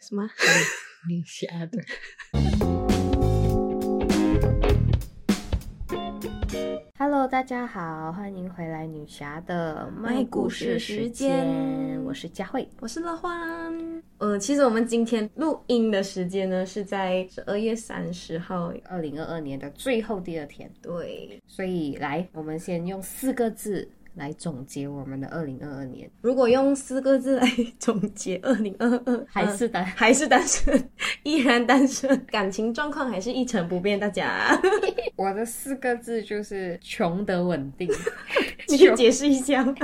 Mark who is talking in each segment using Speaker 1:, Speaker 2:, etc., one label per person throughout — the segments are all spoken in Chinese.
Speaker 1: 什么？
Speaker 2: 零下的。
Speaker 3: Hello，大家好，欢迎回来女侠的
Speaker 1: 麦故事时间
Speaker 3: 我是佳慧。
Speaker 1: 我是乐欢。嗯，其实我们今天录音的时间呢是在十二月三十号。
Speaker 3: 二零二二年的最后第二天，
Speaker 1: 对，
Speaker 3: 所以来，我们先用四个字来总结我们的二零二二年，
Speaker 1: 如果用四个字来总结二零二二，嗯
Speaker 3: 还是单
Speaker 1: 还是单身，依然单身，感情状况还是一成不变。大 家，
Speaker 3: 我的四个字就是穷得稳定。
Speaker 1: 你去
Speaker 3: 穷
Speaker 1: 解释一下吗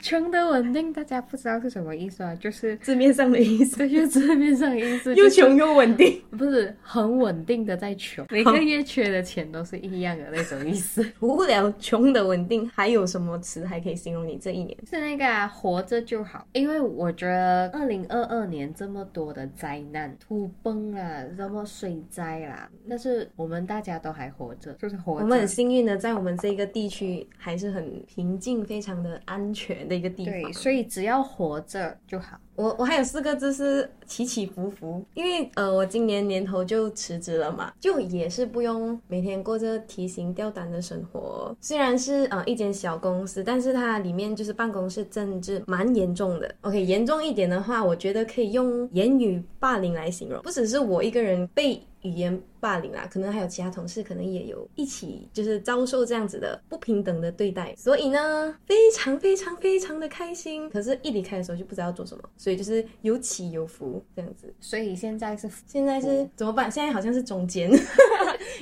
Speaker 3: 穷得稳定，大家不知道是什么意思啊？就是
Speaker 1: 字面上的意思，
Speaker 3: 这就是字面上的意思，
Speaker 1: 又
Speaker 3: 就是
Speaker 1: 穷又稳定。
Speaker 3: 不是很稳定的在穷，每个月缺的钱都是一样的那种意思。
Speaker 1: 除了穷的稳定，还有什么词还可以形容你这一年？
Speaker 3: 是那个、啊、活着就好，因为我觉得二零二二年这么多的灾难，土崩啦，什么水灾啦，但是我们大家都还活着，就是活
Speaker 1: 我们很
Speaker 3: 着。
Speaker 1: 幸运的，在我们这个地区还是很平静、非常的安全的一个地
Speaker 3: 对，
Speaker 1: 方。
Speaker 3: 所以只要活着就好。
Speaker 1: 我我还有四个字是起起伏伏，因为呃，我今年年头就辞职了嘛，就也是不用每天过着提心吊胆的生活。虽然是呃一间小公司，但是它里面就是办公室政治蛮严重的。OK，严重一点的话，我觉得可以用言语霸凌来形容，不只是我一个人被。语言霸凌啦，可能还有其他同事，可能也有一起就是遭受这样子的不平等的对待，所以呢，非常非常非常的开心。可是，一离开的时候就不知道做什么，所以就是有起有伏这样子。
Speaker 3: 所以现在是
Speaker 1: 现在是怎么办？现在好像是中间，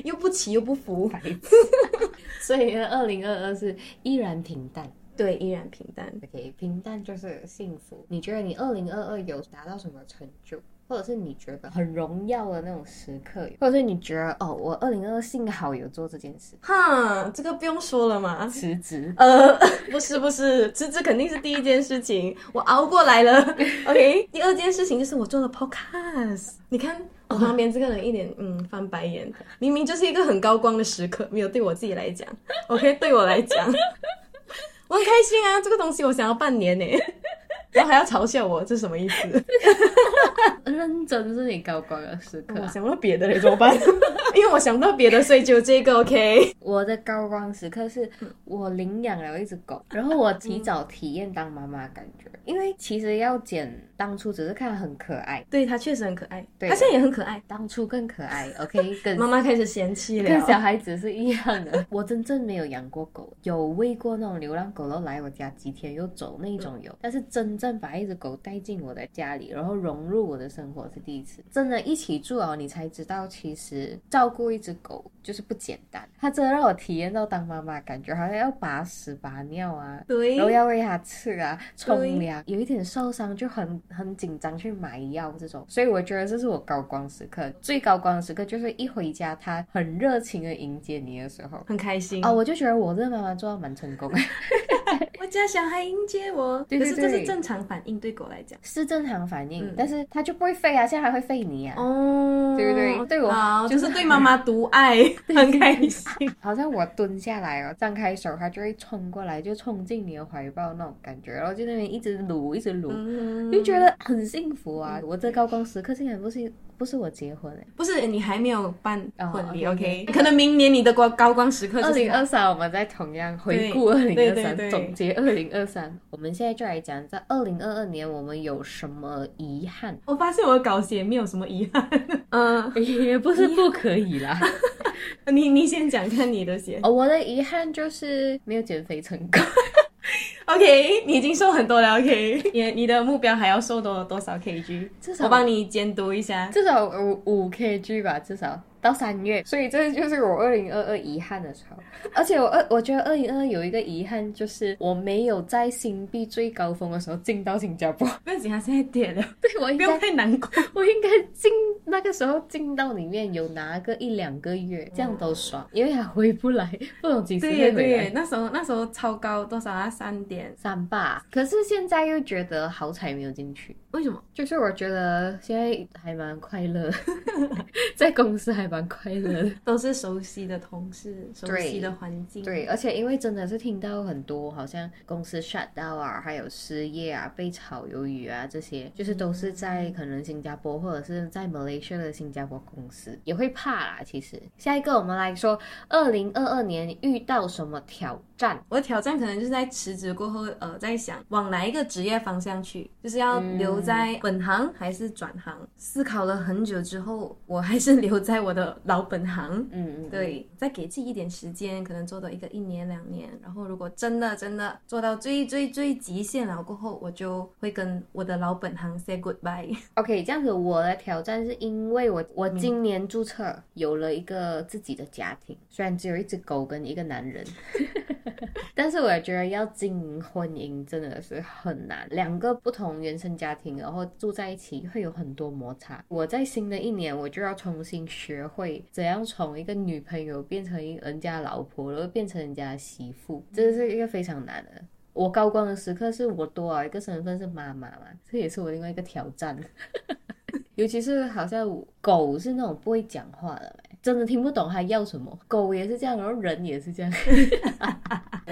Speaker 1: 又不起又不伏，
Speaker 3: 白痴，所以二零二二是依然平淡。
Speaker 1: 对，依然平淡。
Speaker 3: OK，平淡就是幸福。你觉得你二零二二有达到什么成就，或者是你觉得很荣耀的那种时刻，或者是你觉得哦，我二零二二幸好有做这件事，
Speaker 1: 哈，这个不用说了嘛。
Speaker 3: 辞职。
Speaker 1: 呃，不是不是，辞职肯定是第一件事情，我熬过来了。OK，第二件事情就是我做了 podcast。你看我旁边这个人一脸嗯翻白眼，明明就是一个很高光的时刻，没有对我自己来讲，OK，对我来讲，我很开心啊，这个东西我想要半年呢、然后还要嘲笑我，这什么意思？
Speaker 3: 认真是你高光的时刻
Speaker 1: 我
Speaker 3: 啊、
Speaker 1: 想不到别的嘞，怎么办？ 因为我想不到别的，所以只有这个 OK。
Speaker 3: 我的高光时刻是我领养了一只狗，然后我提早体验当妈妈的感觉，因为其实要剪，当初只是看很可爱，
Speaker 1: 对他确实很可爱，
Speaker 3: 对
Speaker 1: 他现在也很可爱。
Speaker 3: 当初更可爱。OK，更
Speaker 1: 妈妈开始嫌弃了，
Speaker 3: 跟小孩子是一样的。 我真正没有养过狗，有喂过那种流浪狗，然后来我家几天又走那种有，但是真正把一只狗带进我的家里，然后融入我的生活是第一次。真的，一起住哦，你才知道其实照顾一只狗就是不简单。它真的让我体验到当妈妈的感觉，好像要把屎把尿啊。
Speaker 1: 对
Speaker 3: 然后要喂它吃啊，冲凉，有一点受伤就很很紧张去买药这种，所以我觉得这是我高光时刻，最高光的时刻就是一回家，它很热情的迎接你的时候。
Speaker 1: 很开心
Speaker 3: 啊、我就觉得我这个妈妈做到蛮成 功的，
Speaker 1: 我家小孩迎接我，
Speaker 3: 对对
Speaker 1: 可是这
Speaker 3: 对
Speaker 1: 是正常反应，对狗来讲。
Speaker 3: 是正常反应，
Speaker 1: 嗯
Speaker 3: 但是它就不会吠啊，现在还会吠你啊，
Speaker 1: 哦
Speaker 3: 对对对我
Speaker 1: 好，就是 对妈妈独爱，很开心。
Speaker 3: 好像我蹲下来哦，张开手，它就会冲过来，就冲进你的怀抱那种感觉，然后就那边一直撸，一直撸，
Speaker 1: 嗯
Speaker 3: 就觉得很幸福啊。我这高光时刻竟然不是不是我结婚哎、
Speaker 1: 不是你还没有办婚礼、
Speaker 3: 哦
Speaker 1: OK？
Speaker 3: ，OK，OK
Speaker 1: 可能明年你的高高光时刻
Speaker 3: 二
Speaker 1: 就是
Speaker 3: 零二三，我们再同样回顾二
Speaker 1: 对
Speaker 3: 零
Speaker 1: 对
Speaker 3: 二
Speaker 1: 对对？
Speaker 3: 三，总结二零二三。我们现在就来讲，在二零二二年我们有什么遗憾
Speaker 1: 我发现我的稿写没有什么遗憾。嗯，
Speaker 3: 也不是不可以啦。
Speaker 1: 你你先讲看你的写。
Speaker 3: 哦，我的遗憾就是没有减肥成功。
Speaker 1: OK，你已经瘦很多了。OK，你 你的目标还要瘦多多少 KG？
Speaker 3: 至少
Speaker 1: 我帮你监督一下。
Speaker 3: 至少五五 kg 吧，至少到三月，所以这就是我二零二二遗憾的时 候。而且我二，我觉得二零二二有一个遗憾就是我没有在新币最高峰的时候进到新加坡。
Speaker 1: 不要紧，啊他现在跌了，
Speaker 3: 对我应
Speaker 1: 不
Speaker 3: 该
Speaker 1: 用太难过。
Speaker 3: 我应该进那个时候进到里面有拿个一两个月，这样都爽，因为还回不来，不懂几时
Speaker 1: 对
Speaker 3: 会
Speaker 1: 耶对
Speaker 3: 回
Speaker 1: 耶，
Speaker 3: 来。
Speaker 1: 那时候那时候超高多少啊？三点，
Speaker 3: 三吧，可是现在又觉得好彩没有进去，
Speaker 1: 为什么？
Speaker 3: 就是我觉得现在还蛮快乐，在公司还蛮快乐的。
Speaker 1: 都是熟悉的同事，熟悉的环境。
Speaker 3: 对，而且因为真的是听到很多，好像公司 shut down 啊，还有失业啊、被炒鱿鱼啊这些，就是都是在可能新加坡或者是在 Malaysia 的新加坡公司也会怕啦。其实下一个我们来说，二零二二年你遇到什么挑战？
Speaker 1: 我的挑战可能就是在辞职过后，呃，在想往哪一个职业方向去，就是要留
Speaker 3: 嗯
Speaker 1: 在本行还是转行。思考了很久之后，我还是留在我的老本行。
Speaker 3: 嗯嗯，
Speaker 1: 对，再给自己一点时间，可能做多一个一年两年，然后如果真的真的做到最最最极限了过后，我就会跟我的老本行 say goodbye。
Speaker 3: OK，这样子我的挑战是因为我我今年注册有了一个自己的家庭，虽然只有一只狗跟一个男人， 但是我觉得要经营婚姻真的是很难，两个不同原生家庭，然后住在一起会有很多摩擦。我在新的一年我就要重新学会怎样从一个女朋友变成一人家老婆，然后变成人家的媳妇，这是一个非常难的。我高光的时刻是我多了一个身份是妈妈嘛，这也是我另外一个挑战。啊尤其是好像狗是那种不会讲话的欸，真的听不懂它要什么。狗也是这样，然后人也是这样。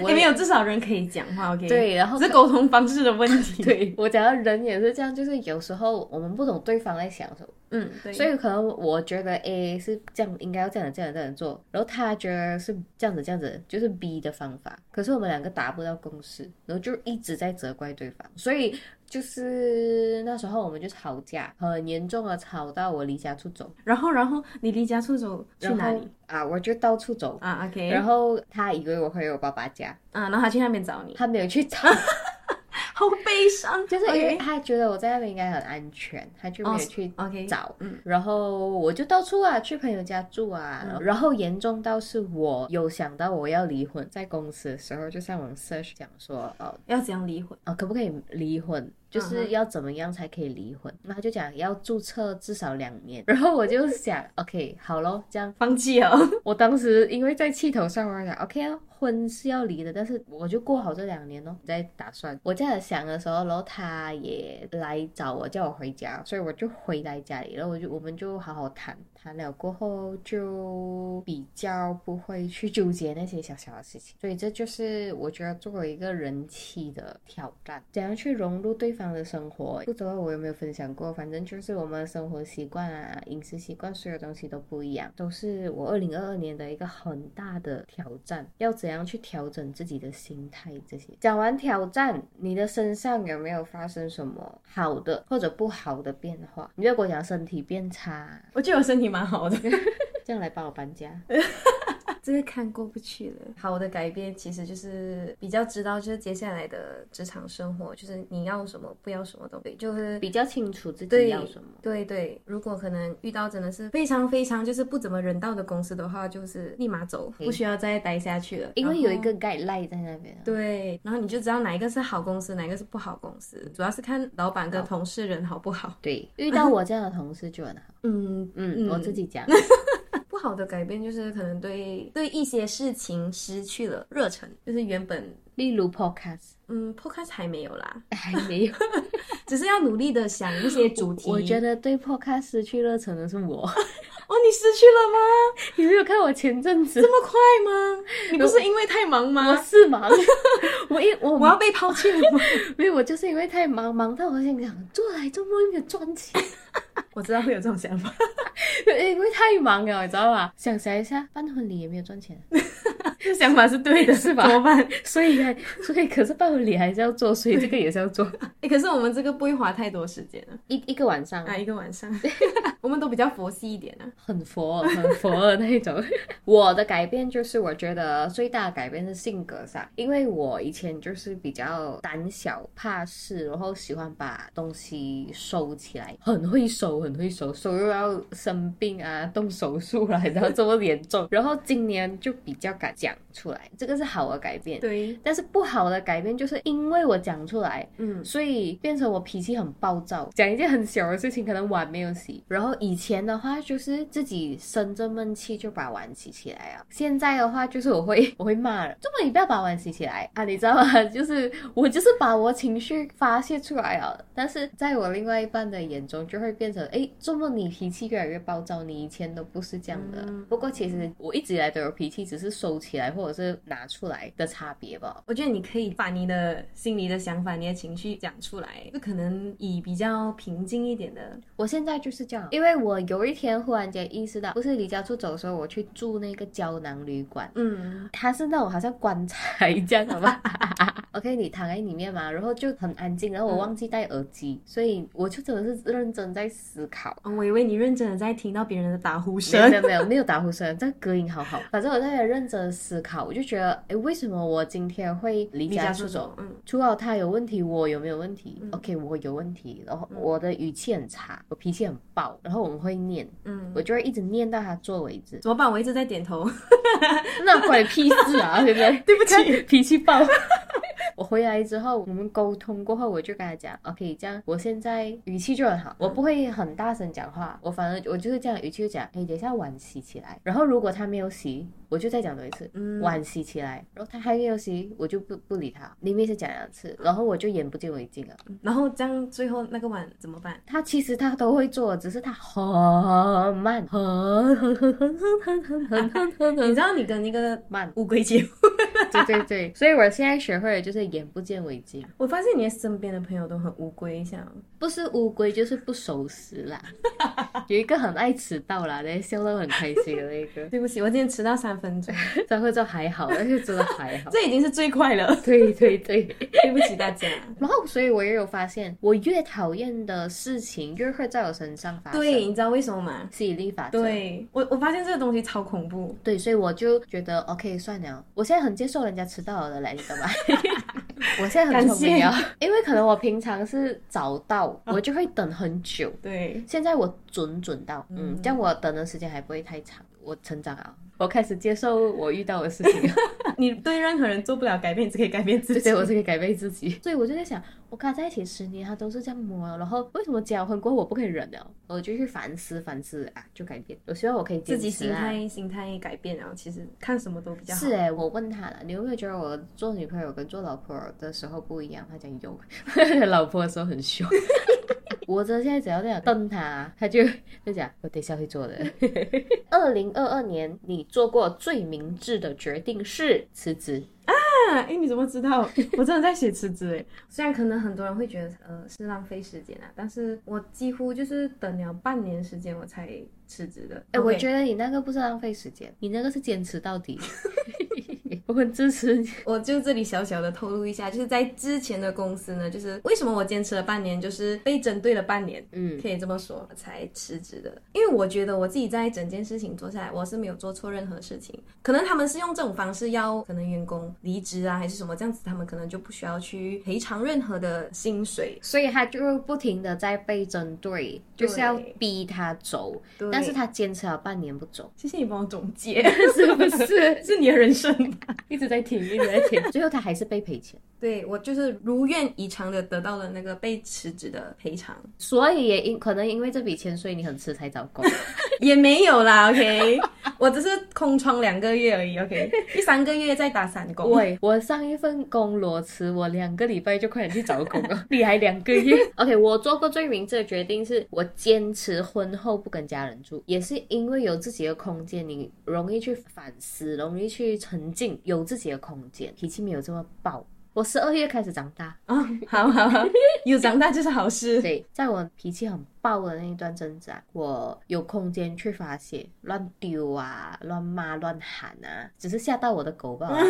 Speaker 3: 我
Speaker 1: 也没有，至少人可以讲话，OK？，
Speaker 3: 对，然后
Speaker 1: 是沟通方式的问题。，
Speaker 3: 对我讲到人也是这样，就是有时候我们不懂对方在想什么。
Speaker 1: 嗯，对。
Speaker 3: 所以可能我觉得 A 是这样，应该要这样的、这样的、这样的做，然后他觉得是这样子、这样子，就是 B 的方法。可是我们两个达不到共识，然后就一直在责怪对方，所以就是那时候我们就吵架，很严重的吵到我离家出走。
Speaker 1: 然后，然后你离家出走去
Speaker 3: 然
Speaker 1: 哪
Speaker 3: 后
Speaker 1: 里
Speaker 3: 啊？我就到处走，
Speaker 1: 啊？OK，
Speaker 3: 然
Speaker 1: 后
Speaker 3: 后他以为我回我爸爸家，
Speaker 1: 啊，然后他去那边找你，
Speaker 3: 他没有去 找，
Speaker 1: 好悲伤，
Speaker 3: 就是因为
Speaker 1: OK
Speaker 3: 他觉得我在那边应该很安全，他就没有去
Speaker 1: OK，
Speaker 3: 找，
Speaker 1: 嗯
Speaker 3: 然后我就到处啊去朋友家住啊，然后严重到是我有想到我要离婚，在公司的时候就上网 search 讲说，哦
Speaker 1: 要怎样离婚？
Speaker 3: 哦，可不可以离婚？就
Speaker 1: 嗯
Speaker 3: 是
Speaker 1: 哼
Speaker 3: 要怎么样才可以离婚？那他就讲要注册至少两年，然后我就想，OK，好咯，这样
Speaker 1: 放弃哦。
Speaker 3: 我当时因为在气头上，我就想 OK 啊，婚是要离的，但是我就过好这两年咯。在打算我这样想的时候，然后他也来找我，叫我回家，所以我就回来家里，然后我就我们就好好谈谈了过后，就比较不会去纠结那些小小的事情。所以这就是我觉得作为一个人妻的挑战，怎样去融入对方的生活。不知道我有没有分享过，反正就是我们的生活习惯啊、饮食习惯，所有东西都不一样，都是我二零二二年的一个很大的挑战。要怎样去调整自己的心态？这些讲完挑战，你的身上有没有发生什么好的或者不好的变化？你不要跟我讲身体变差，
Speaker 1: 我觉得我身体蛮 好的，
Speaker 3: 这样来帮我搬家。
Speaker 1: 这个看过不去了。好的改变其实就是比较知道，就是接下来的职场生活，就是你要什么，不要什么东西，就是
Speaker 3: 比较清楚自己
Speaker 1: 对
Speaker 3: 要什么。
Speaker 1: 对对，如果可能遇到真的是非常非常就是不怎么人道的公司的话，就是立马走，不需要再待下去了，
Speaker 3: 嗯因为
Speaker 1: 然后
Speaker 3: 有一个 guideline 在那边啊，
Speaker 1: 对，然后你就知道哪一个是好公司，哪一个是不好公司，主要是看老板跟同事人好不好。
Speaker 3: 对，遇到我这样的同事就很好。
Speaker 1: 嗯，
Speaker 3: 嗯，
Speaker 1: 嗯
Speaker 3: 我自己讲，
Speaker 1: 不好的改变就是可能对对一些事情失去了热忱，就是原本
Speaker 3: 例如 podcast
Speaker 1: 嗯 podcast 还没有啦，
Speaker 3: 还没有，
Speaker 1: 只是要努力的想一些主题。
Speaker 3: 我觉得对 podcast 失去热忱的是我。
Speaker 1: 哦，你失去了吗？
Speaker 3: 你没有看我前阵 子
Speaker 1: 这么快吗？你不是因为太忙
Speaker 3: 我
Speaker 1: 吗？
Speaker 3: 是忙， 我一我
Speaker 1: 我要被抛弃了吗？
Speaker 3: 没有，我就是因为太忙，忙到我心想做来做梦又没有赚钱，
Speaker 1: 我知道会有这种想法。
Speaker 3: 因为太忙啊了，你知道吧？想想一下，办婚礼也没有赚钱，
Speaker 1: 这想法是对的，是
Speaker 3: 吧
Speaker 1: 怎么 办？
Speaker 3: 所以还所以可是办婚礼还是要做，所以这个也是要做
Speaker 1: 哎，可是我们这个不会花太多时间啊，
Speaker 3: 一一个晚上
Speaker 1: 啊，一个晚 上，我们都比较佛系一点啊。
Speaker 3: 很佛很佛的那一种。 我的改变就是，我觉得最大的改变是性格上，因为我以前就是比较胆小怕事，然后喜欢把东西收起来，很会收，很会收，收又要生病啊，动手术啦，然后这么严重。然后今年就比较敢讲讲出来，这个是好的改变。
Speaker 1: 对，
Speaker 3: 但是不好的改变就是因为我讲出来，
Speaker 1: 嗯，
Speaker 3: 所以变成我脾气很暴躁，讲一件很小的事情，可能碗没有洗。然后以前的话就是自己生这闷气就把碗洗起来啊，现在的话就是我会 我会骂人，这么你不要把碗洗起来啊，你知道吗？ 就是我就是把我情绪发泄出来啊，但是在我另外一半的眼中就会变成，哎，这么你脾气越来越暴躁，你以前都不是这样的。
Speaker 1: 嗯
Speaker 3: 不过其实我一直以来都有脾气，只是收起来或者是拿出来的差别吧。
Speaker 1: 我觉得你可以把你的心里的想法、你的情绪讲出来，就可能以比较平静一点的，
Speaker 3: 我现在就是这样，因为我有一天忽然间意识到，不是离家出走的时候，我去住那个胶囊旅馆，
Speaker 1: 嗯，
Speaker 3: 它是那种好像棺材这样，好 吧？OK，你躺在里面嘛，然后就很安静，然后我忘记戴耳机，所以我就真的是认真在思考。
Speaker 1: 哦，我以为你认真的在听到别人的打呼
Speaker 3: 没有没
Speaker 1: 声
Speaker 3: 有，没有没有打呼声，这个隔音好好。反正我在那里认真地思考，我就觉得，哎，为什么我今天会离
Speaker 1: 离
Speaker 3: 家
Speaker 1: 家
Speaker 3: 出
Speaker 1: 出
Speaker 3: 走
Speaker 1: 走？，
Speaker 3: 嗯
Speaker 1: 嗯，
Speaker 3: 除了他有问题，我有没有问题、o k 我有问题，然后我的语气很差，我脾气很暴，然后我们会念，
Speaker 1: 嗯。
Speaker 3: 我就会一直念到他做为止
Speaker 1: 怎么办？我一直在点头，
Speaker 3: 那关你屁事啊，对不对？
Speaker 1: 对不起，
Speaker 3: 脾气暴。 我回来之后，我们沟通过后，我就跟他讲，OK，这样我现在语气就很好，我不会很大声讲话，我反正我就是这样语气就讲，哎，等一下碗洗起来。然后如果他没有洗，我就再讲多一次，
Speaker 1: 嗯
Speaker 3: 碗洗起来。然后他还没有洗，我就不不理他，你每次讲两次，然后我就眼不见为净了。
Speaker 1: 然后这样最后那个碗怎么办？
Speaker 3: 他其实他都会做，只是他很慢，很很很很很很很很很
Speaker 1: 你知
Speaker 3: 很
Speaker 1: 道你跟那个
Speaker 3: 慢。
Speaker 1: 乌龟结婚，
Speaker 3: 对对对，所以我现在学会了就是眼不见为净。
Speaker 1: 我发现你的身边的朋友都很乌龟像，
Speaker 3: 不是乌龟就是不守时 啦，有一个很爱迟到啦，那笑到很开心的那 个，
Speaker 1: 对不起，我今天迟到三分钟，
Speaker 3: 张惠就还好，但是真的还好。
Speaker 1: 这已经是最快了，
Speaker 3: 对对对，
Speaker 1: 对不起大 家。
Speaker 3: 然后所以我也有发现，我越讨厌的事情越会在我身上发生，
Speaker 1: 对，，你知道为什么吗？
Speaker 3: 吸引力法则，
Speaker 1: 对我，我发现这个东西超恐怖，
Speaker 3: 对，所以我就觉得 OK 算了，我现在很接受人家迟到的嘞，你 懂吗？我现在很受不了，因为可能我平常是早到，我就会等很久，
Speaker 1: 对，
Speaker 3: 现在我准准到，嗯，这样我等的时间还不会太长，我成长啊了，我开始接受我遇到的事情了，
Speaker 1: 你对任何人做不了改变，只可以改变自
Speaker 3: 对
Speaker 1: 己
Speaker 3: 对，。我是可以改变自己， 所以我就在想，我跟他在一起十年，他都是这样磨，然后为什么结婚过后我不可以忍了？我就去反思反思啊，就改变，我希望我可以
Speaker 1: 自
Speaker 3: 坚
Speaker 1: 己
Speaker 3: 持
Speaker 1: 心
Speaker 3: 啊。
Speaker 1: 态心态改变了，其实看什么都比较好。
Speaker 3: 是哎、我问他了，你有没有觉得我做女朋友跟做老婆的时候不一样？他讲有， 老婆的时候很凶。 我这现在只要这样瞪他，他就就讲我等一下会做的。 二零二二年，你做过最明智的决定是辞职。
Speaker 1: 啊，哎，你怎么知 道？我真的在写辞职哎。虽然可能很多人会觉得呃是浪费时间啊，但是我几乎就是等了半年时间我才辞职的。
Speaker 3: 哎、我
Speaker 1: OK，
Speaker 3: 觉得你那个不是浪费时间，你那个是坚持到底。 我很支持你。
Speaker 1: 我就这里小小的透露一下，就是在之前的公司呢，就是为什么我坚持了半年，就是被针对了半年。
Speaker 3: 嗯
Speaker 1: 可以这么说，才辞职的。因为我觉得我自己在整件事情做下来，我是没有做错任何事情。可能他们是用这种方式要可能员工离职啊，还是什么这样子，他们可能就不需要去赔偿任何的薪水。
Speaker 3: 所以他就不停的在被针对，就是要
Speaker 1: 对
Speaker 3: 逼他走，
Speaker 1: 对
Speaker 3: 但是他坚持了半年不走。
Speaker 1: 谢谢你帮我总 结，
Speaker 3: 是不是
Speaker 1: 是你的人生吧。
Speaker 3: 一直在停，一直在停？ 最后他还是被赔钱，
Speaker 1: 对我就是如愿以偿的得到了那个被辞职的赔偿，
Speaker 3: 所以也因可能因为这笔钱，所以你很迟才找工。
Speaker 1: 也没有啦，OK，我只是空窗两个月而已，OK，第三个月再打散工。
Speaker 3: 喂，我上一份工裸辞，我两个礼拜就快点去找工 了，你还两个月。OK，我做过最明智的决定是，我坚持婚后不跟家人住，也是因为有自己的空间，你容易去反思，容易去沉浸，有自己的空间，脾气没有这么暴。我十二月开始长大，
Speaker 1: 啊、好好好，有长大就是好事。
Speaker 3: 对，在我脾气很爆的那一段挣扎，我有空间去发泄，乱丢啊，乱骂，乱喊啊，只是吓到我的狗
Speaker 1: 啊
Speaker 3: 吧、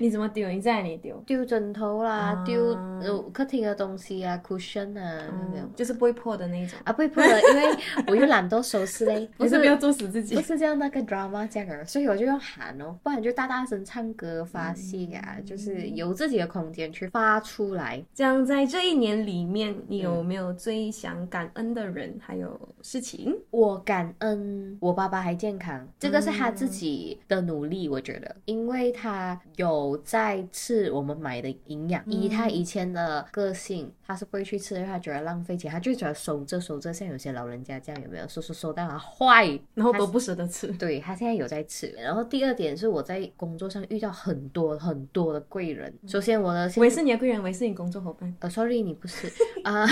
Speaker 1: 你怎么丢？你在哪里丢？
Speaker 3: 丢枕头啦
Speaker 1: 啊，
Speaker 3: 丢、呃客厅的东西啊，cushion 啊
Speaker 1: 嗯
Speaker 3: 那种、
Speaker 1: 就是不会破的那一种。
Speaker 3: 啊，不会不会，因为我又懒惰收 拾嘞，不
Speaker 1: 还
Speaker 3: 是
Speaker 1: 不要作死自
Speaker 3: 不
Speaker 1: 己。
Speaker 3: 是这样
Speaker 1: 嗯
Speaker 3: 那个 drama 这样啊，所以我就要喊哦，不然就大大声唱歌发泄啊，就是有自己的空间去发出来。
Speaker 1: 这样在这一年里面，你有没有最想感恩的人还有事情？
Speaker 3: 我感恩我爸爸还健康，这个是他自己的努力，我觉得，因为他有在吃我们买的营养。以他以前的个性，他是不会去吃，因为他觉得浪费钱，他就觉得收着收着，像有些老人家这样，有没有收收收到他坏，
Speaker 1: 然后都不舍得吃。
Speaker 3: 对他现在有在吃。然后第二点是我在工作上遇到很多很多的贵人。首先我的
Speaker 1: 我也
Speaker 3: 现
Speaker 1: 是你的贵人，我也是你工作伙伴。
Speaker 3: 呃，sorry，你不是啊、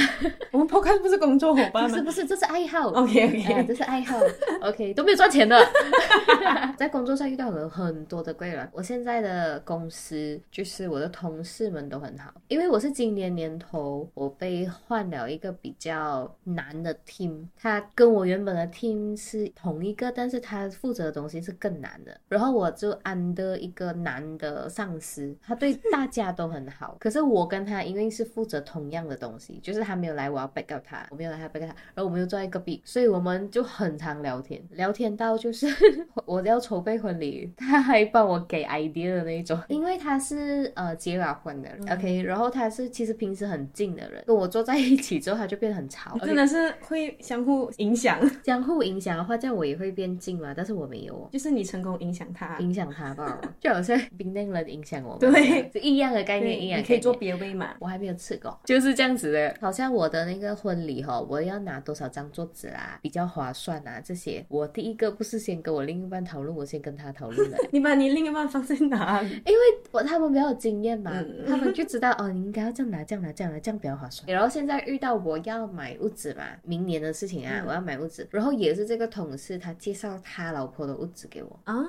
Speaker 1: 我们 podcast 不是工作伙
Speaker 3: 不
Speaker 1: 伴
Speaker 3: 是
Speaker 1: 吗
Speaker 3: 不是，这是爱好。
Speaker 1: ？OK
Speaker 3: 哎呀
Speaker 1: OK，
Speaker 3: 这是爱好，OK，都没有赚钱的。 在工作上遇到了很多的贵人，我现在的公司就是我的同事们都很好，因为我是今年年头我被换了一个比较难的 team，他跟我原本的 team 是同一个，但是他负责的东西是更难的，然后我就 under 一个男的上司，他对大家都很好，可是我跟他因为是负责同样的东西，就是他没有来，我要 back up 他，我没有来，他 back up 他，然后我们又坐在隔壁，所以我们就很常聊天，聊天到就是 我要筹备婚礼，他还帮我给 idea 的那一种， 因为他是呃结了婚的、
Speaker 1: 嗯
Speaker 3: o k 然后他是其实平时很静的人，跟我坐在一起之后他就变得很 吵，
Speaker 1: 真的是会相互影响，
Speaker 3: OK，相互影响的话，这样我也会变静嘛，但是我没有哦。
Speaker 1: 就是你成功影响他。
Speaker 3: 影响他吧，啊 就好像冰冷人影响我们，
Speaker 1: 对，
Speaker 3: 是一样的概念，
Speaker 1: 对，
Speaker 3: 一样的
Speaker 1: 你可以
Speaker 3: 概
Speaker 1: 做
Speaker 3: 念
Speaker 1: 别位嘛。
Speaker 3: 我还没有吃过，就是这样子的。好像我的那个婚礼哈、我要拿多少张桌子啊，比较划算啊，这些。我第一个不是先跟我另一半讨论，我先跟他讨论的，
Speaker 1: 你把你另一半放在哪里？
Speaker 3: 因为我他们没有经验嘛，
Speaker 1: 嗯
Speaker 3: 他们就知道哦，你应该要这样拿，这样拿，这样拿，这样比较划 算。然后现在遇到我要买屋子嘛，明年的事情啊，
Speaker 1: 嗯
Speaker 3: 我要买屋子，然后也是这个同事他介绍他老婆的屋子给我。
Speaker 1: 啊，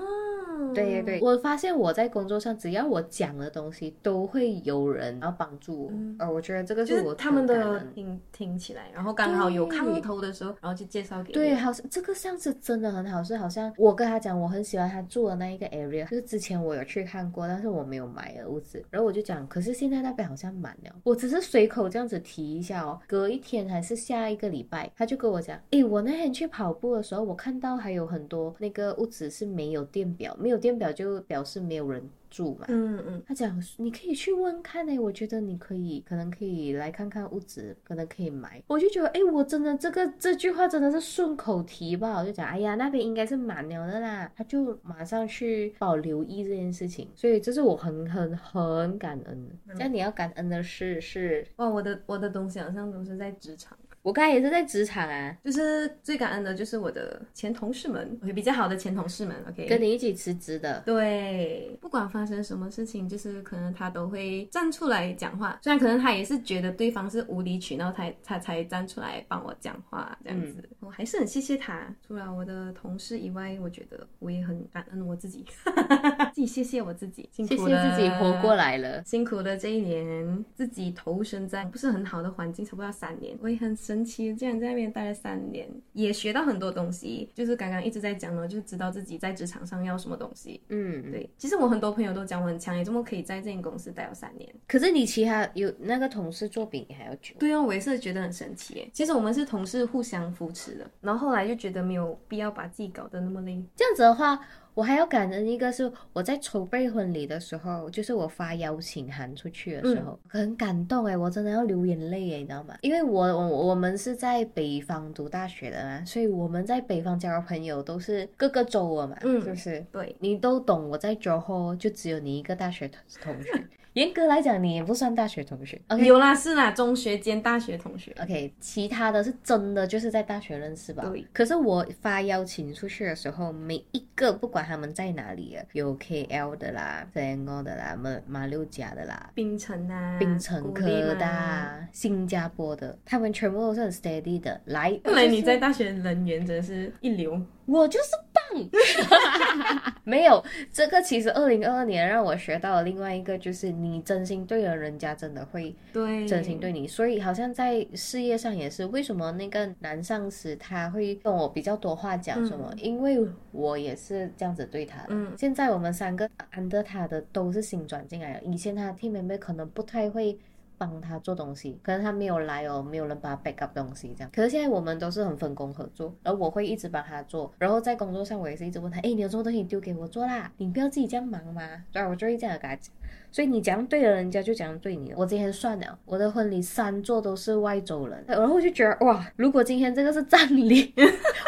Speaker 3: 对对对，，我发现我在工作上，只要我讲的东西，都会有人然后帮助我，呃
Speaker 1: 嗯
Speaker 3: 而我觉得这个
Speaker 1: 就是
Speaker 3: 我
Speaker 1: 是他们
Speaker 3: 很感
Speaker 1: 的
Speaker 3: 恩
Speaker 1: 听听起来，然后刚好有
Speaker 3: 对
Speaker 1: 抗头的时候，然后就介绍给你
Speaker 3: 对，好像这个上次真的很好，是好像我跟他讲我很喜欢他住的那一个 area，就是之前我有去看过，但是我没有买的屋子。然后我就讲，可是现在那边好像满了，我只是随口这样子提一下哦。隔一天还是下一个礼拜，他就跟我讲，诶，我那天去跑步的时候，我看到还有很多那个屋子是没有电表，没有电表就表示没有人住嘛。
Speaker 1: 嗯嗯，
Speaker 3: 他讲你可以去问看诶、我觉得你可以，可能可以来看看屋子，可能可以买。我就觉得诶、我真的这个这句话真的是顺口提吧，我就讲哎呀那边应该是满了的啦，他就马上去帮我留意这件事情，所以这是我很很很感恩的。
Speaker 1: 嗯
Speaker 3: 那你要感恩的是是，
Speaker 1: 哇，我的我的东西好像都是在职场。
Speaker 3: 我刚才也是在职场啊，
Speaker 1: 就是最感恩的就是我的前同事们，OK，比较好的前同事们，OK，
Speaker 3: 跟你一起辞职的。
Speaker 1: 对，不管发生什么事情，就是可能他都会站出来讲话，虽然可能他也是觉得对方是无理取闹，他他才站出来帮我讲话这样子，我嗯哦还是很谢谢他。除了我的同事以外，我觉得我也很感恩我自 己，自己谢谢我自己，辛
Speaker 3: 谢谢
Speaker 1: 苦了
Speaker 3: 自己活过。来了，
Speaker 1: 辛苦了这一年，自己投身在不是很好的环境，差不多要三年，我也很神奇，竟然在那边待了三年，也学到很多东西。就是刚刚一直在讲呢，就是知道自己在职场上要什么东西。
Speaker 3: 嗯，
Speaker 1: 对，其实我很多朋友都讲我很强，也这么可以在这间公司待了三年。
Speaker 3: 可是你其他有那个同事做比你还要久，
Speaker 1: 对啊，我也是觉得很神奇耶。其实我们是同事互相扶持的，然后后来就觉得没有必要把自己搞得那么累。
Speaker 3: 这样子的话，我还要感恩一个是我在筹备婚礼的时候，就是我发邀请函出去的时候，很感动哎，我真的要流眼泪哎，你知道吗？因为我我我们是在北方读大学的嘛，所以我们在北方交的朋友都是各个州的嘛，
Speaker 1: 嗯
Speaker 3: 是不是？
Speaker 1: 对，
Speaker 3: 你都懂，我在 Johor 就只有你一个大学同同学，严格来讲你也不算大学同学。OK
Speaker 1: 有啦是啦，中学兼大学同学。
Speaker 3: OK，其他的是真的就是在大学认识吧？
Speaker 1: 对。
Speaker 3: 可是我发邀请出去的时候，每一个不管他们在哪里啊，有 KL 的啦、Selangor 的啦、马马六甲的啦、
Speaker 1: 槟城啊，
Speaker 3: 槟城科
Speaker 1: 古力
Speaker 3: 的
Speaker 1: 嘛
Speaker 3: 啊、新加坡的，他们全部都是很 steady 的。来，
Speaker 1: 看来你在
Speaker 3: 就是
Speaker 1: 大学人缘真的是一流。
Speaker 3: 我就是棒。 没有这个，其实二零二二年让我学到了另外一个，就是你真心对了，人家真的会
Speaker 1: 对，
Speaker 3: 真心对你，所以好像在事业上也是，为什么那个男上司他会跟我比较多话讲什么？
Speaker 1: 嗯
Speaker 3: 因为我也是这样子对他的。
Speaker 1: 嗯
Speaker 3: 现在我们三个 under 他的都是新转进来的，以前他的 team member 可能不太会帮他做东西，可能他没有来哦，没有人帮他 back up 东西这样。可是现在我们都是很分工合作，而我会一直帮他做，然后在工作上我也是一直问他，哎，你有做东西你丢给我做啦，你不要自己这样忙嘛。对啊，我就会这样跟他讲。所以你讲对了，人家就讲对你了。我今天算了，我的婚礼三座都是外州人， 然后我就觉得哇，如果今天这个是葬 礼，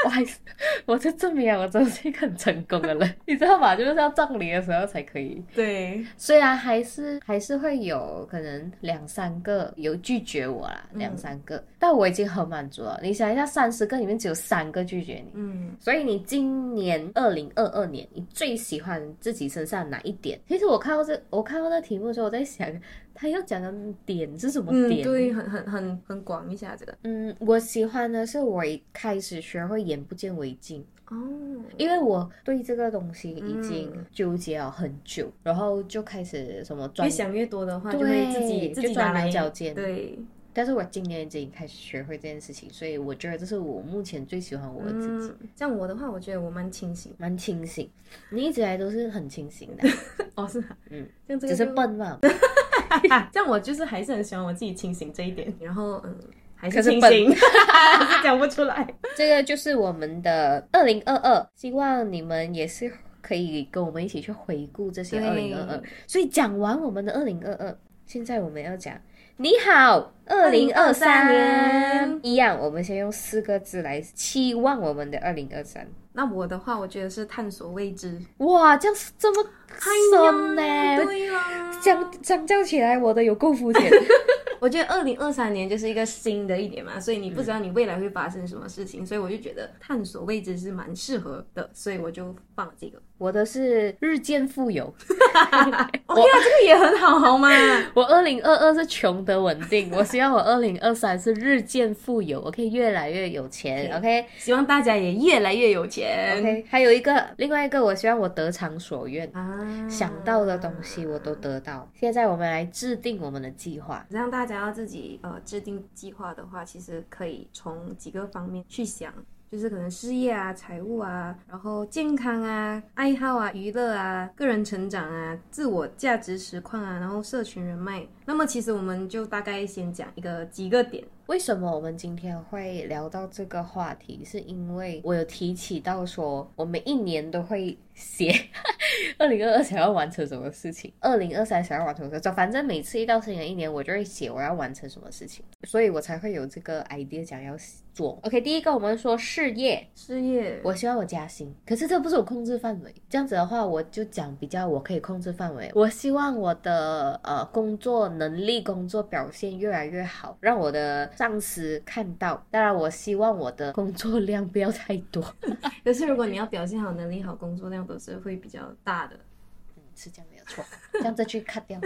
Speaker 3: 我还是我就证明了我真的是一个很成功的人， 你知道吗？就是要葬礼的时候才可以。
Speaker 1: 对，
Speaker 3: 虽然还是还是会有可能两三个有拒绝我啦，
Speaker 1: 嗯
Speaker 3: 两三个，但我已经很满足了。你想一下，三十个里面只有三个拒绝你，
Speaker 1: 嗯，
Speaker 3: 所以你今年二零二二年，你最喜欢自己身上哪一点？其实我看到这，我看到那题目的时候，我在想，他要讲的点是什么
Speaker 1: 嗯，
Speaker 3: 点？
Speaker 1: 对，很很很很广一下这个
Speaker 3: 嗯，我喜欢的是我一开始学会眼不见为净，
Speaker 1: 哦，
Speaker 3: 因为我对这个东西已经
Speaker 1: 嗯
Speaker 3: 纠结了很久，然后就开始什么
Speaker 1: 越
Speaker 3: 专
Speaker 1: 想越多的话，就会
Speaker 3: 对，
Speaker 1: 自己自
Speaker 3: 就
Speaker 1: 己拿
Speaker 3: 钻
Speaker 1: 来
Speaker 3: 牛角尖。
Speaker 1: 对，
Speaker 3: 但是我今年已经开始学会这件事情，所以我觉得这是我目前最喜欢我的自己。
Speaker 1: 嗯，像我的话，我觉得我蛮清醒，
Speaker 3: 蛮清醒，你一直以来都是很清醒 的，
Speaker 1: 哦，是啊，
Speaker 3: 嗯，
Speaker 1: 像这个
Speaker 3: 只是
Speaker 1: 就
Speaker 3: 笨嘛。
Speaker 1: 像我就是还是很喜欢我自己清醒这一点，然后嗯，还是
Speaker 3: 可是
Speaker 1: 清
Speaker 3: 笨
Speaker 1: 醒， 还是讲不出来。
Speaker 3: 这个就是我们的二零二二，希望你们也是可以跟我们一起去回顾这些二零二二
Speaker 1: 对。
Speaker 3: 所以讲完我们的二零二二，现在我们要讲你好二零二三
Speaker 1: 年，
Speaker 3: 一样，我们先用四个字来期望我们的二零二三。
Speaker 1: 那我的话，我觉得是探索未知，
Speaker 3: 哇，这样是这么深呢、
Speaker 1: 对啦，
Speaker 3: 相相较起来，我的有够肤 浅。
Speaker 1: 我觉得二零二三年就是一个新的一点嘛，所以你不知道你未来会发生什么事情，所以我就觉得探索未知是蛮适合的，所以我就放了这个。
Speaker 3: 我的是日渐富有，
Speaker 1: OK 啊，这个也很好，好吗？
Speaker 3: 我二零二二是穷得稳 定，我希望我二零二三是日渐富有，我可以越来越有钱。OK
Speaker 1: 希望大家也越来越有钱
Speaker 3: OK，还有一个另外一个，我希望我得偿所愿，
Speaker 1: 啊！
Speaker 3: 想到的东西我都得到。现在我们来制定我们的计划。
Speaker 1: 让大家要自己呃制定计划的话，其实可以从几个方面去想，就是可能事业啊、财务啊，然后健康啊、爱好啊、娱乐啊、个人成长啊、自我价值实况啊，然后社群人脉。那么其实我们就大概先讲一个几个点，
Speaker 3: 为什么我们今天会聊到这个话题？是因为我有提起到说，我每一年都会写 二零二二想要完成什么事情，二零二三想要完成什么事情，反正每次一到新的一年，我就会写我要完成什么事情，所以我才会有这个 idea 想要做。OK，第一个我们说事业，
Speaker 1: 事业
Speaker 3: 我希望我加薪，可是这不是我控制范围。这样子的话，我就讲比较我可以控制范围。我希望我的呃工作能力、工作表现越来越好，让我的上司看到。当然，我希望我的工作量不要太多，
Speaker 1: 可是如果你要表现好、能力好、工作量都是会比较大的。
Speaker 3: 是这样没有错。这样再去 cut 掉。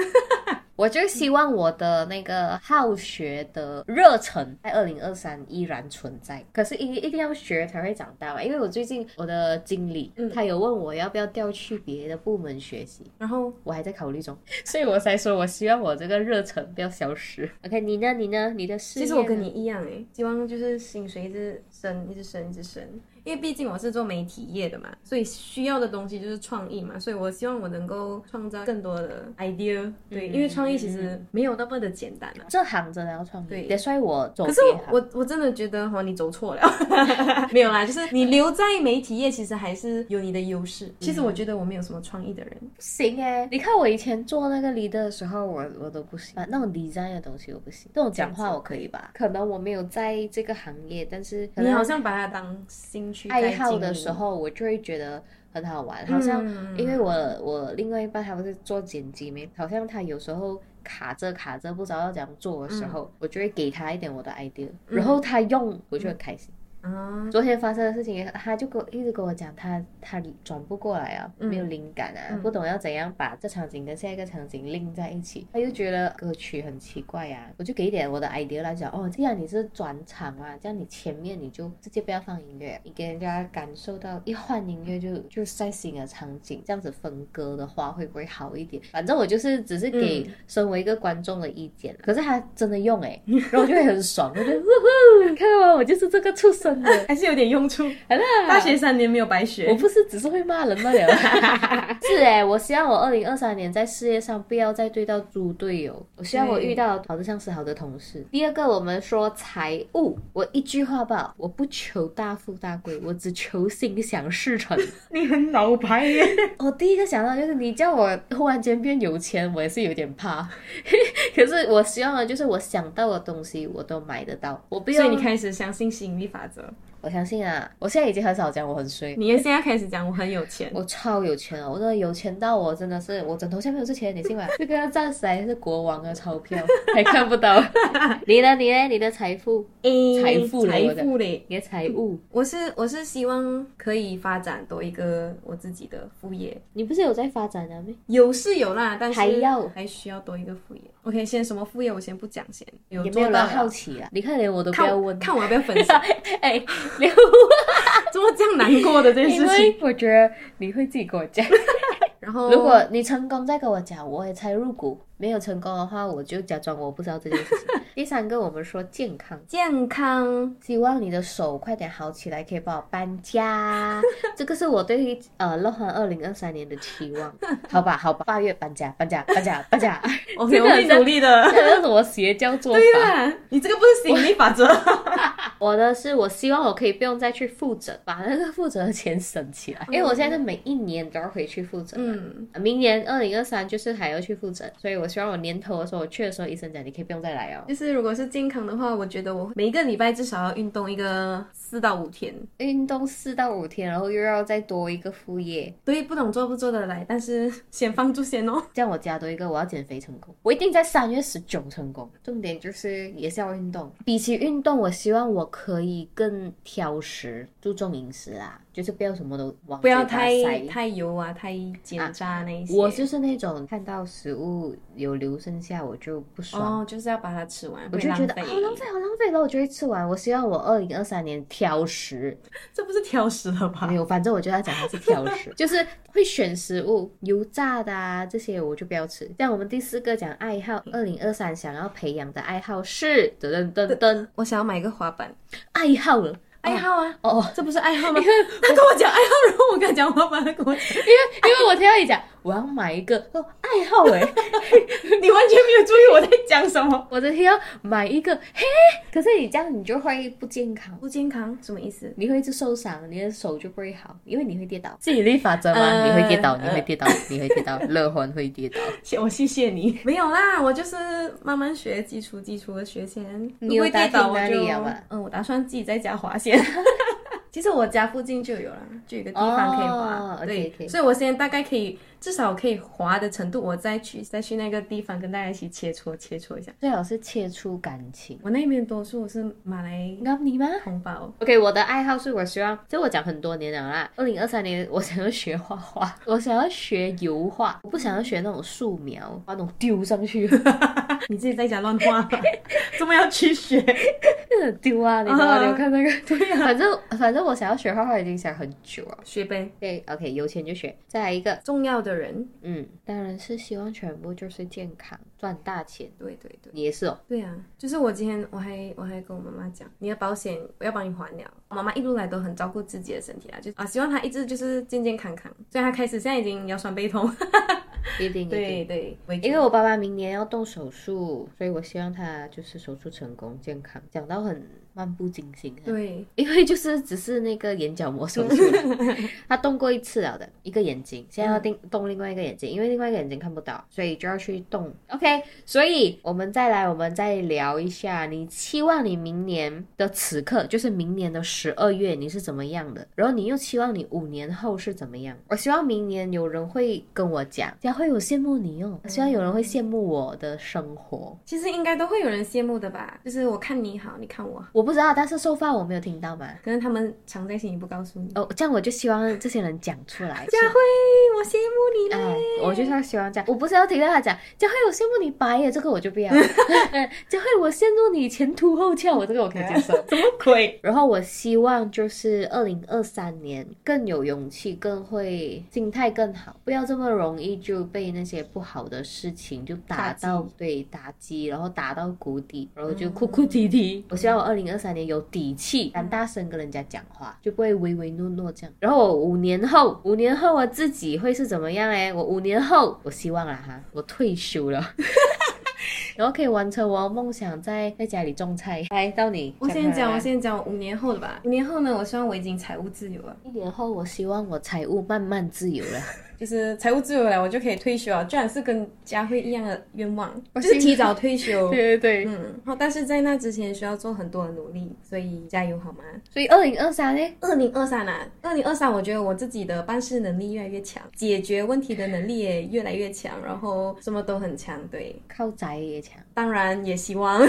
Speaker 3: 我就希望我的那个好学的热忱在二零二三依然存在，可是一一定要学才会长大嘛。因为我最近我的经理、
Speaker 1: 嗯
Speaker 3: 他有问我要不要调去别的部门学习，
Speaker 1: 然后
Speaker 3: 我还在考虑中，所以我才说我希望我这个热忱不要消失。OK，你呢？你呢？你的事业
Speaker 1: 其
Speaker 3: 呢？
Speaker 1: 实我跟你一样诶，希望就是薪水一直升，一直升，一直升。因为毕竟我是做媒体业的嘛，所以需要的东西就是创意嘛，所以我希望我能够创造更多的 idea。对，因为创意其
Speaker 3: 嗯
Speaker 1: 实没有那么的简单啊。
Speaker 3: 这行真的要创
Speaker 1: 对
Speaker 3: 业，也算我走
Speaker 1: 可
Speaker 3: 别
Speaker 1: 是
Speaker 3: 行。
Speaker 1: 我我我真的觉得哈，你走错了， 没有啦，就是你留在媒体业，其实还是有你的优势。其实我
Speaker 3: 嗯
Speaker 1: 觉得我没有什么创意的人，
Speaker 3: 不行哎、你看我以前做那个 leader 的时候，我我都不行，啊，那种 design 的东西我不行，那种讲话我可以吧？可能我没有在这个行业，但是可
Speaker 1: 你好
Speaker 3: 能
Speaker 1: 像把它当兴趣在
Speaker 3: 爱好的
Speaker 1: 经营
Speaker 3: 时，候，我就会觉得。很好玩，好像
Speaker 1: 嗯
Speaker 3: 因为我、我另外一半他不是做剪辑没，好像他有时候卡着卡着不知道要怎样做的
Speaker 1: 嗯
Speaker 3: 时候，我就会给他一点我的 idea，、然后他用我就很开心。
Speaker 1: 啊，
Speaker 3: 昨天发生的事情，他就跟我一直跟我讲，他他转不过来啊，没有灵感啊，不懂要怎样把这场景跟下一个场景拎在一起。他就觉得歌曲很奇怪呀、我就给一点我的 idea 来讲，哦，这样你是转场啊，这样你前面你就直接不要放音乐，你给人家感受到一换音乐就就在新的场景，这样子分割的话会不会好一点？反正我就是只是给身为一个观众的欸 意见，可是他真的用哎、然后我就会很爽，我就你看到吗？我就是这个畜生，
Speaker 1: 真的还是有点用处。
Speaker 3: 好啦
Speaker 1: 大学三年没有白
Speaker 3: 我
Speaker 1: 学，
Speaker 3: 不是只是会骂人罢 了。是哎、我希望我二零二三年在事业上不要再对到猪队友，我希望我
Speaker 1: 对
Speaker 3: 遇到好的上司、好的同事。第二个，我们说财务，我一句话吧，我不求大富大贵，我只求心想事成。
Speaker 2: 你很老牌耶！
Speaker 3: 我第一个想到就是你叫我忽然间变有钱，我也是有点怕。 可是我希望的就是我想到的东西我都买得到，我不
Speaker 1: 所以
Speaker 3: 用。
Speaker 1: 你，开始相信吸引力法则。
Speaker 3: 我相信啊，我现在已经很少讲我很衰。
Speaker 1: 你也现在开始讲我很有钱，
Speaker 3: 我超有钱啊！我真的有钱到我真的是，我枕头下面都是钱，你信吗？这个暂时还是国王的钞票， 还看 不到。你呢？你呢？你的财富，
Speaker 1: 诶
Speaker 3: 财富嘞我
Speaker 1: 财
Speaker 3: 的
Speaker 1: 富嘞。
Speaker 3: 你的财务，
Speaker 1: 我是我是希望可以发展多一个我自己的副业，
Speaker 3: 你不是有在发展啊的吗？
Speaker 1: 有是有啦，但是
Speaker 3: 还要
Speaker 1: 还需要多一个副业。OK，先什么副业我先不讲，先有
Speaker 3: 也没
Speaker 1: 做
Speaker 3: 有
Speaker 1: 到
Speaker 3: 人
Speaker 1: 啦
Speaker 3: 好奇啊！你看连我都不
Speaker 1: 看
Speaker 3: 要
Speaker 1: 我
Speaker 3: 问。
Speaker 1: 看我要不要分 享，
Speaker 3: 哎，刘，
Speaker 1: 怎么这样难过的这件
Speaker 3: 因
Speaker 1: 事情？
Speaker 3: 为我觉得你会自己跟我讲。
Speaker 1: 然后
Speaker 3: 如果你成功再跟我讲，我也才入股；没有成功的话，我就假装我不知道这件事情。第三个，我们说健康。
Speaker 1: 健康
Speaker 3: 希望你的手快点好起来，可以帮我搬 家。这个是我对于呃乐欢二零二三年的期望。好吧，好吧，八月搬家，搬家，搬家，搬家。
Speaker 1: ，OK，
Speaker 3: 这
Speaker 1: 我
Speaker 3: 个
Speaker 1: 会
Speaker 3: 很
Speaker 1: 努力哦的。
Speaker 3: 这是什么邪教做
Speaker 1: 对
Speaker 3: 法？
Speaker 1: 啦，你这个不是吸引力法则，
Speaker 3: 我的是，我希望我可以不用再去复诊，把那个复诊的钱省起来。因为我现在是每一年都要回去复诊。
Speaker 1: 嗯，
Speaker 3: 明年二零二三就是还要去复诊，所以我希望我年头的时候，我去的时候，医生讲你可以不用再来哦。
Speaker 1: 就是如果是健康的话，我觉得我每一个礼拜至少要运动一个四到五天。
Speaker 3: 运动四到五天，然后又要再多一个副业，
Speaker 1: 对，不懂做不做得来，但是 先放住先哦。
Speaker 3: 这样我加多一个，我要减肥成功，我一定在三月十九成功。重点就是也是要运动，比起运动，我希望我可以更挑食，注重饮食啦，就是不要什么都往
Speaker 1: 不要
Speaker 3: 嘴巴
Speaker 1: 太
Speaker 3: 塞
Speaker 1: 太油啊，太
Speaker 3: 啊
Speaker 1: 碱渣那一些。
Speaker 3: 我就是那种看到食物有留剩下我就不爽。
Speaker 1: 哦，就是要把它吃完，
Speaker 3: 我
Speaker 1: 会
Speaker 3: 就
Speaker 1: 浪
Speaker 3: 觉得
Speaker 1: 费
Speaker 3: 啊好浪费，好浪费，然后我就会吃完。我希望我二零二三年挑食，
Speaker 1: 这不是挑食了吧
Speaker 3: 没？有，反正我就要讲它是挑 食，就是会选食物，油炸的啊这些我就不要吃。像我们第四个讲爱好，二零二三想要培养的爱好是噔噔噔噔
Speaker 1: 我想要买一个滑板，
Speaker 3: 爱好了，
Speaker 1: 爱好啊，
Speaker 3: 哦，哦
Speaker 1: 这不是爱 好吗？他跟我讲爱好，然后我跟他讲滑板，他跟我讲，
Speaker 3: 因为因为我听到你讲我要买一个哦爱好哎、
Speaker 1: 你完全没有注意我在讲什么。
Speaker 3: 我的天要买一个嘿，可是你这样你就会不健康。
Speaker 1: 不健康什么意思？
Speaker 3: 你会一直受伤，你的手就不会好，因为你会跌倒。吸引力法则嘛，
Speaker 1: 呃
Speaker 3: 你会跌倒，你会跌倒，你会跌倒， 乐观会跌倒。
Speaker 1: 谢我哦谢谢你， 没有啦，我就是慢慢学基础，基础的学先。
Speaker 3: 你
Speaker 1: 如
Speaker 3: 有
Speaker 1: 果跌
Speaker 3: 打
Speaker 1: 倒
Speaker 3: 听
Speaker 1: 我
Speaker 3: 哪
Speaker 1: 就
Speaker 3: 里啊嘛
Speaker 1: 嗯，我打算自己在家滑线。 其实我家附近就有啦，就有一个地方可以滑
Speaker 3: 哦
Speaker 1: 对
Speaker 3: OK，OK
Speaker 1: 所以我现在大概可以，至少可以滑的程度，我再去再去那个地方跟大家一起切磋切磋一下。
Speaker 3: 最好是切出感情。
Speaker 1: 我那边多数是马来
Speaker 3: 你看你吗？
Speaker 1: 同胞，
Speaker 3: OK，我的爱好是我希望，这我讲很多年了啦。二零二三年，我想要学画画， 我想要学油画，我不想要学那种素描，把那种丢上去，
Speaker 1: 你自己在家乱画吧， 怎么要去学？
Speaker 3: 那种丢啊，你知道吗？
Speaker 1: 啊
Speaker 3: 你有看那个？
Speaker 1: 对呀、
Speaker 3: 反正反正我想要学画画已经想很久了。
Speaker 1: 学呗。
Speaker 3: 对，OK，有钱就学。再来一个，
Speaker 1: 重要的人，
Speaker 3: 嗯，当然是希望全部就是健康，赚大钱。
Speaker 1: 对对对。
Speaker 3: 你也是哦，
Speaker 1: 对啊，就是我今天我还我还跟我妈妈讲，你的保险我要帮你还了。我妈妈一路来都很照顾自己的身体啊，就啊希望她一直就是健健康康。虽然她开始现在已经腰酸背痛，
Speaker 3: 一定一
Speaker 1: 对
Speaker 3: 定。
Speaker 1: 对，
Speaker 3: 因为我爸爸明年要动手术，所以我希望他就是手术成功、健康。讲到很漫不经心啊，
Speaker 1: 对
Speaker 3: 因为就是只是那个眼角膜手术啦，他动过一次了的一个眼睛，现在要定动另外一个眼睛，因为另外一个眼睛看不到，所以就要去动。OK，所以我们再来，我们再聊一下，你期望你明年的此刻，就是明年的十二月你是怎么样的，然后你又期望你五年后是怎么样。我希望明年有人会跟我讲，佳慧，我羡慕你哦，希望有人会羡慕我的生活。
Speaker 1: 其实应该都会有人羡慕的吧？就是我看你好，你看我好，
Speaker 3: 我不知道，但是受发我没有听到嘛。
Speaker 1: 可能他们藏在心里不告诉你。
Speaker 3: 哦，这样我就希望这些人讲出来。
Speaker 1: 佳慧，我羡慕你
Speaker 3: 哎
Speaker 1: 嘞！，
Speaker 3: 我就是要喜欢这样，我不是要听到他讲佳慧，我羡慕你白耶，这个我就不 要；佳慧，我羡慕你前凸后翘，我这个我可以接 受。
Speaker 1: 什么鬼？
Speaker 3: 然后我希望就是二零二三年更有勇气，更会心态更好，不要这么容易就就被那些不好的事情就打到
Speaker 1: 打击
Speaker 3: 对打击，嗯然后打到谷底，然后就哭哭啼啼。我希望我二零二三年有底气，敢大声跟人家讲话，就不会唯唯诺诺这样。然后我五年后，五年后我自己会是怎么样？哎，我五年后，我希望啦哈，我退休了。然后可以完成我的梦想在，在家里种菜。来，到你，
Speaker 1: 我先讲，我
Speaker 3: 先。
Speaker 1: 先讲我五年后的吧。五年后呢，我希望我已经财务自由了，
Speaker 3: 一年后，我希望我财务慢慢自由 了。
Speaker 1: 就是财务自由了，我就可以退休了，居然是跟佳慧一样的愿望，就
Speaker 3: 希
Speaker 1: 是
Speaker 3: 望
Speaker 1: 提早退休。
Speaker 3: 对啊对对，
Speaker 1: 嗯，好，但是在那之前需要做很多的努力，所以加油好吗？
Speaker 3: 所以二零二三呢，
Speaker 1: 二零二三啊，二零二三，我觉得我自己的办事能力越来越强，解决问题的能力也越来越强，然后什么都很强，对，
Speaker 3: 靠宅也强。
Speaker 1: 当然也希 望。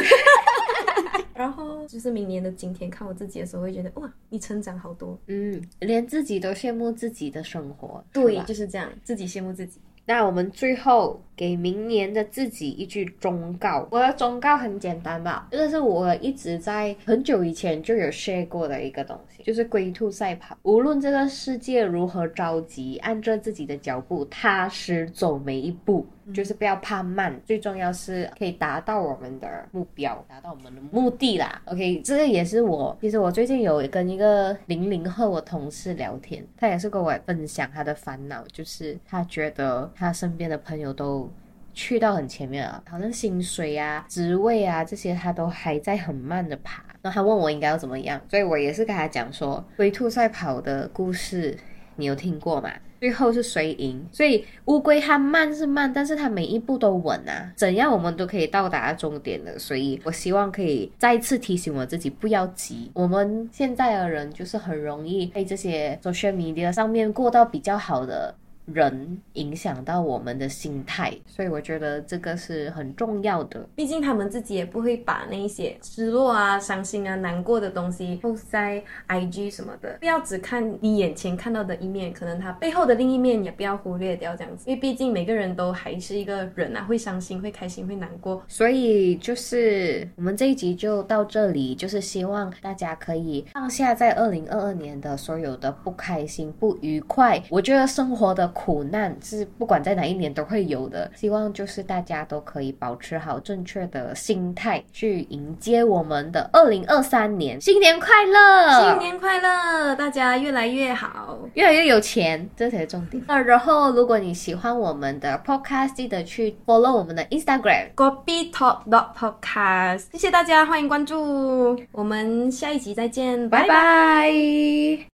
Speaker 1: 然后就是明年的今天，看我自己的时候，会觉得哇，你成长好多。
Speaker 3: 嗯，连自己都羡慕自己的生活，是
Speaker 1: 对，
Speaker 3: 吧
Speaker 1: 就是这样，自己羡慕自己。
Speaker 3: 那我们最后给明年的自己一句忠告，我的忠告很简单吧，这是我一直在很久以前就有 share 过的一个东西，就是龟兔赛跑。无论这个世界如何着急，按着自己的脚步踏实走每一步。就是不要怕慢，最重要是可以达到我们的目标，达到我们的目的啦。OK，这个也是我，其实我最近有跟一个零零后的同事聊天，他也是跟我分享他的烦恼，就是他觉得他身边的朋友都。去到很前面了，好像薪水啊、职位啊这些，他都还在很慢的爬。然后他问我应该要怎么样，所以我也是跟他讲说，龟兔赛跑的故事你有听过吗？最后是谁赢？所以乌龟它慢是慢，但是它每一步都稳啊，怎样我们都可以到达终点的。所以我希望可以再一次提醒我自己，不要急。我们现在的人就是很容易被这些 social media 上面过到比较好的人影响到我们的心态，所以我觉得这个是很重要的。
Speaker 1: 毕竟他们自己也不会把那一些失落啊、伤心啊、难过的东西 post 在 IG 什么的。不要只看你眼前看到的一面，可能他背后的另一面也不要忽略掉，这样子。因为毕竟每个人都还是一个人啊，会伤心、会开心、会难过。
Speaker 3: 所以就是我们这一集就到这里，就是希望大家可以放下在二零二二年的所有的不开心、不愉快。我觉得生活的苦难是不管在哪一年都会有的，希望就是大家都可以保持好正确的心态，去迎接我们的二零二三年。新年快乐！
Speaker 1: 新年快乐，大家越来越好。
Speaker 3: 越来越有钱，这才是重点。那然后，如果你喜欢我们的 podcast，记得去 follow 我们的 Instagram。
Speaker 1: Gobi Talk Dot Podcast，谢谢大家，欢迎关注，我们下一集再见，
Speaker 3: 拜
Speaker 1: 拜拜
Speaker 3: 拜。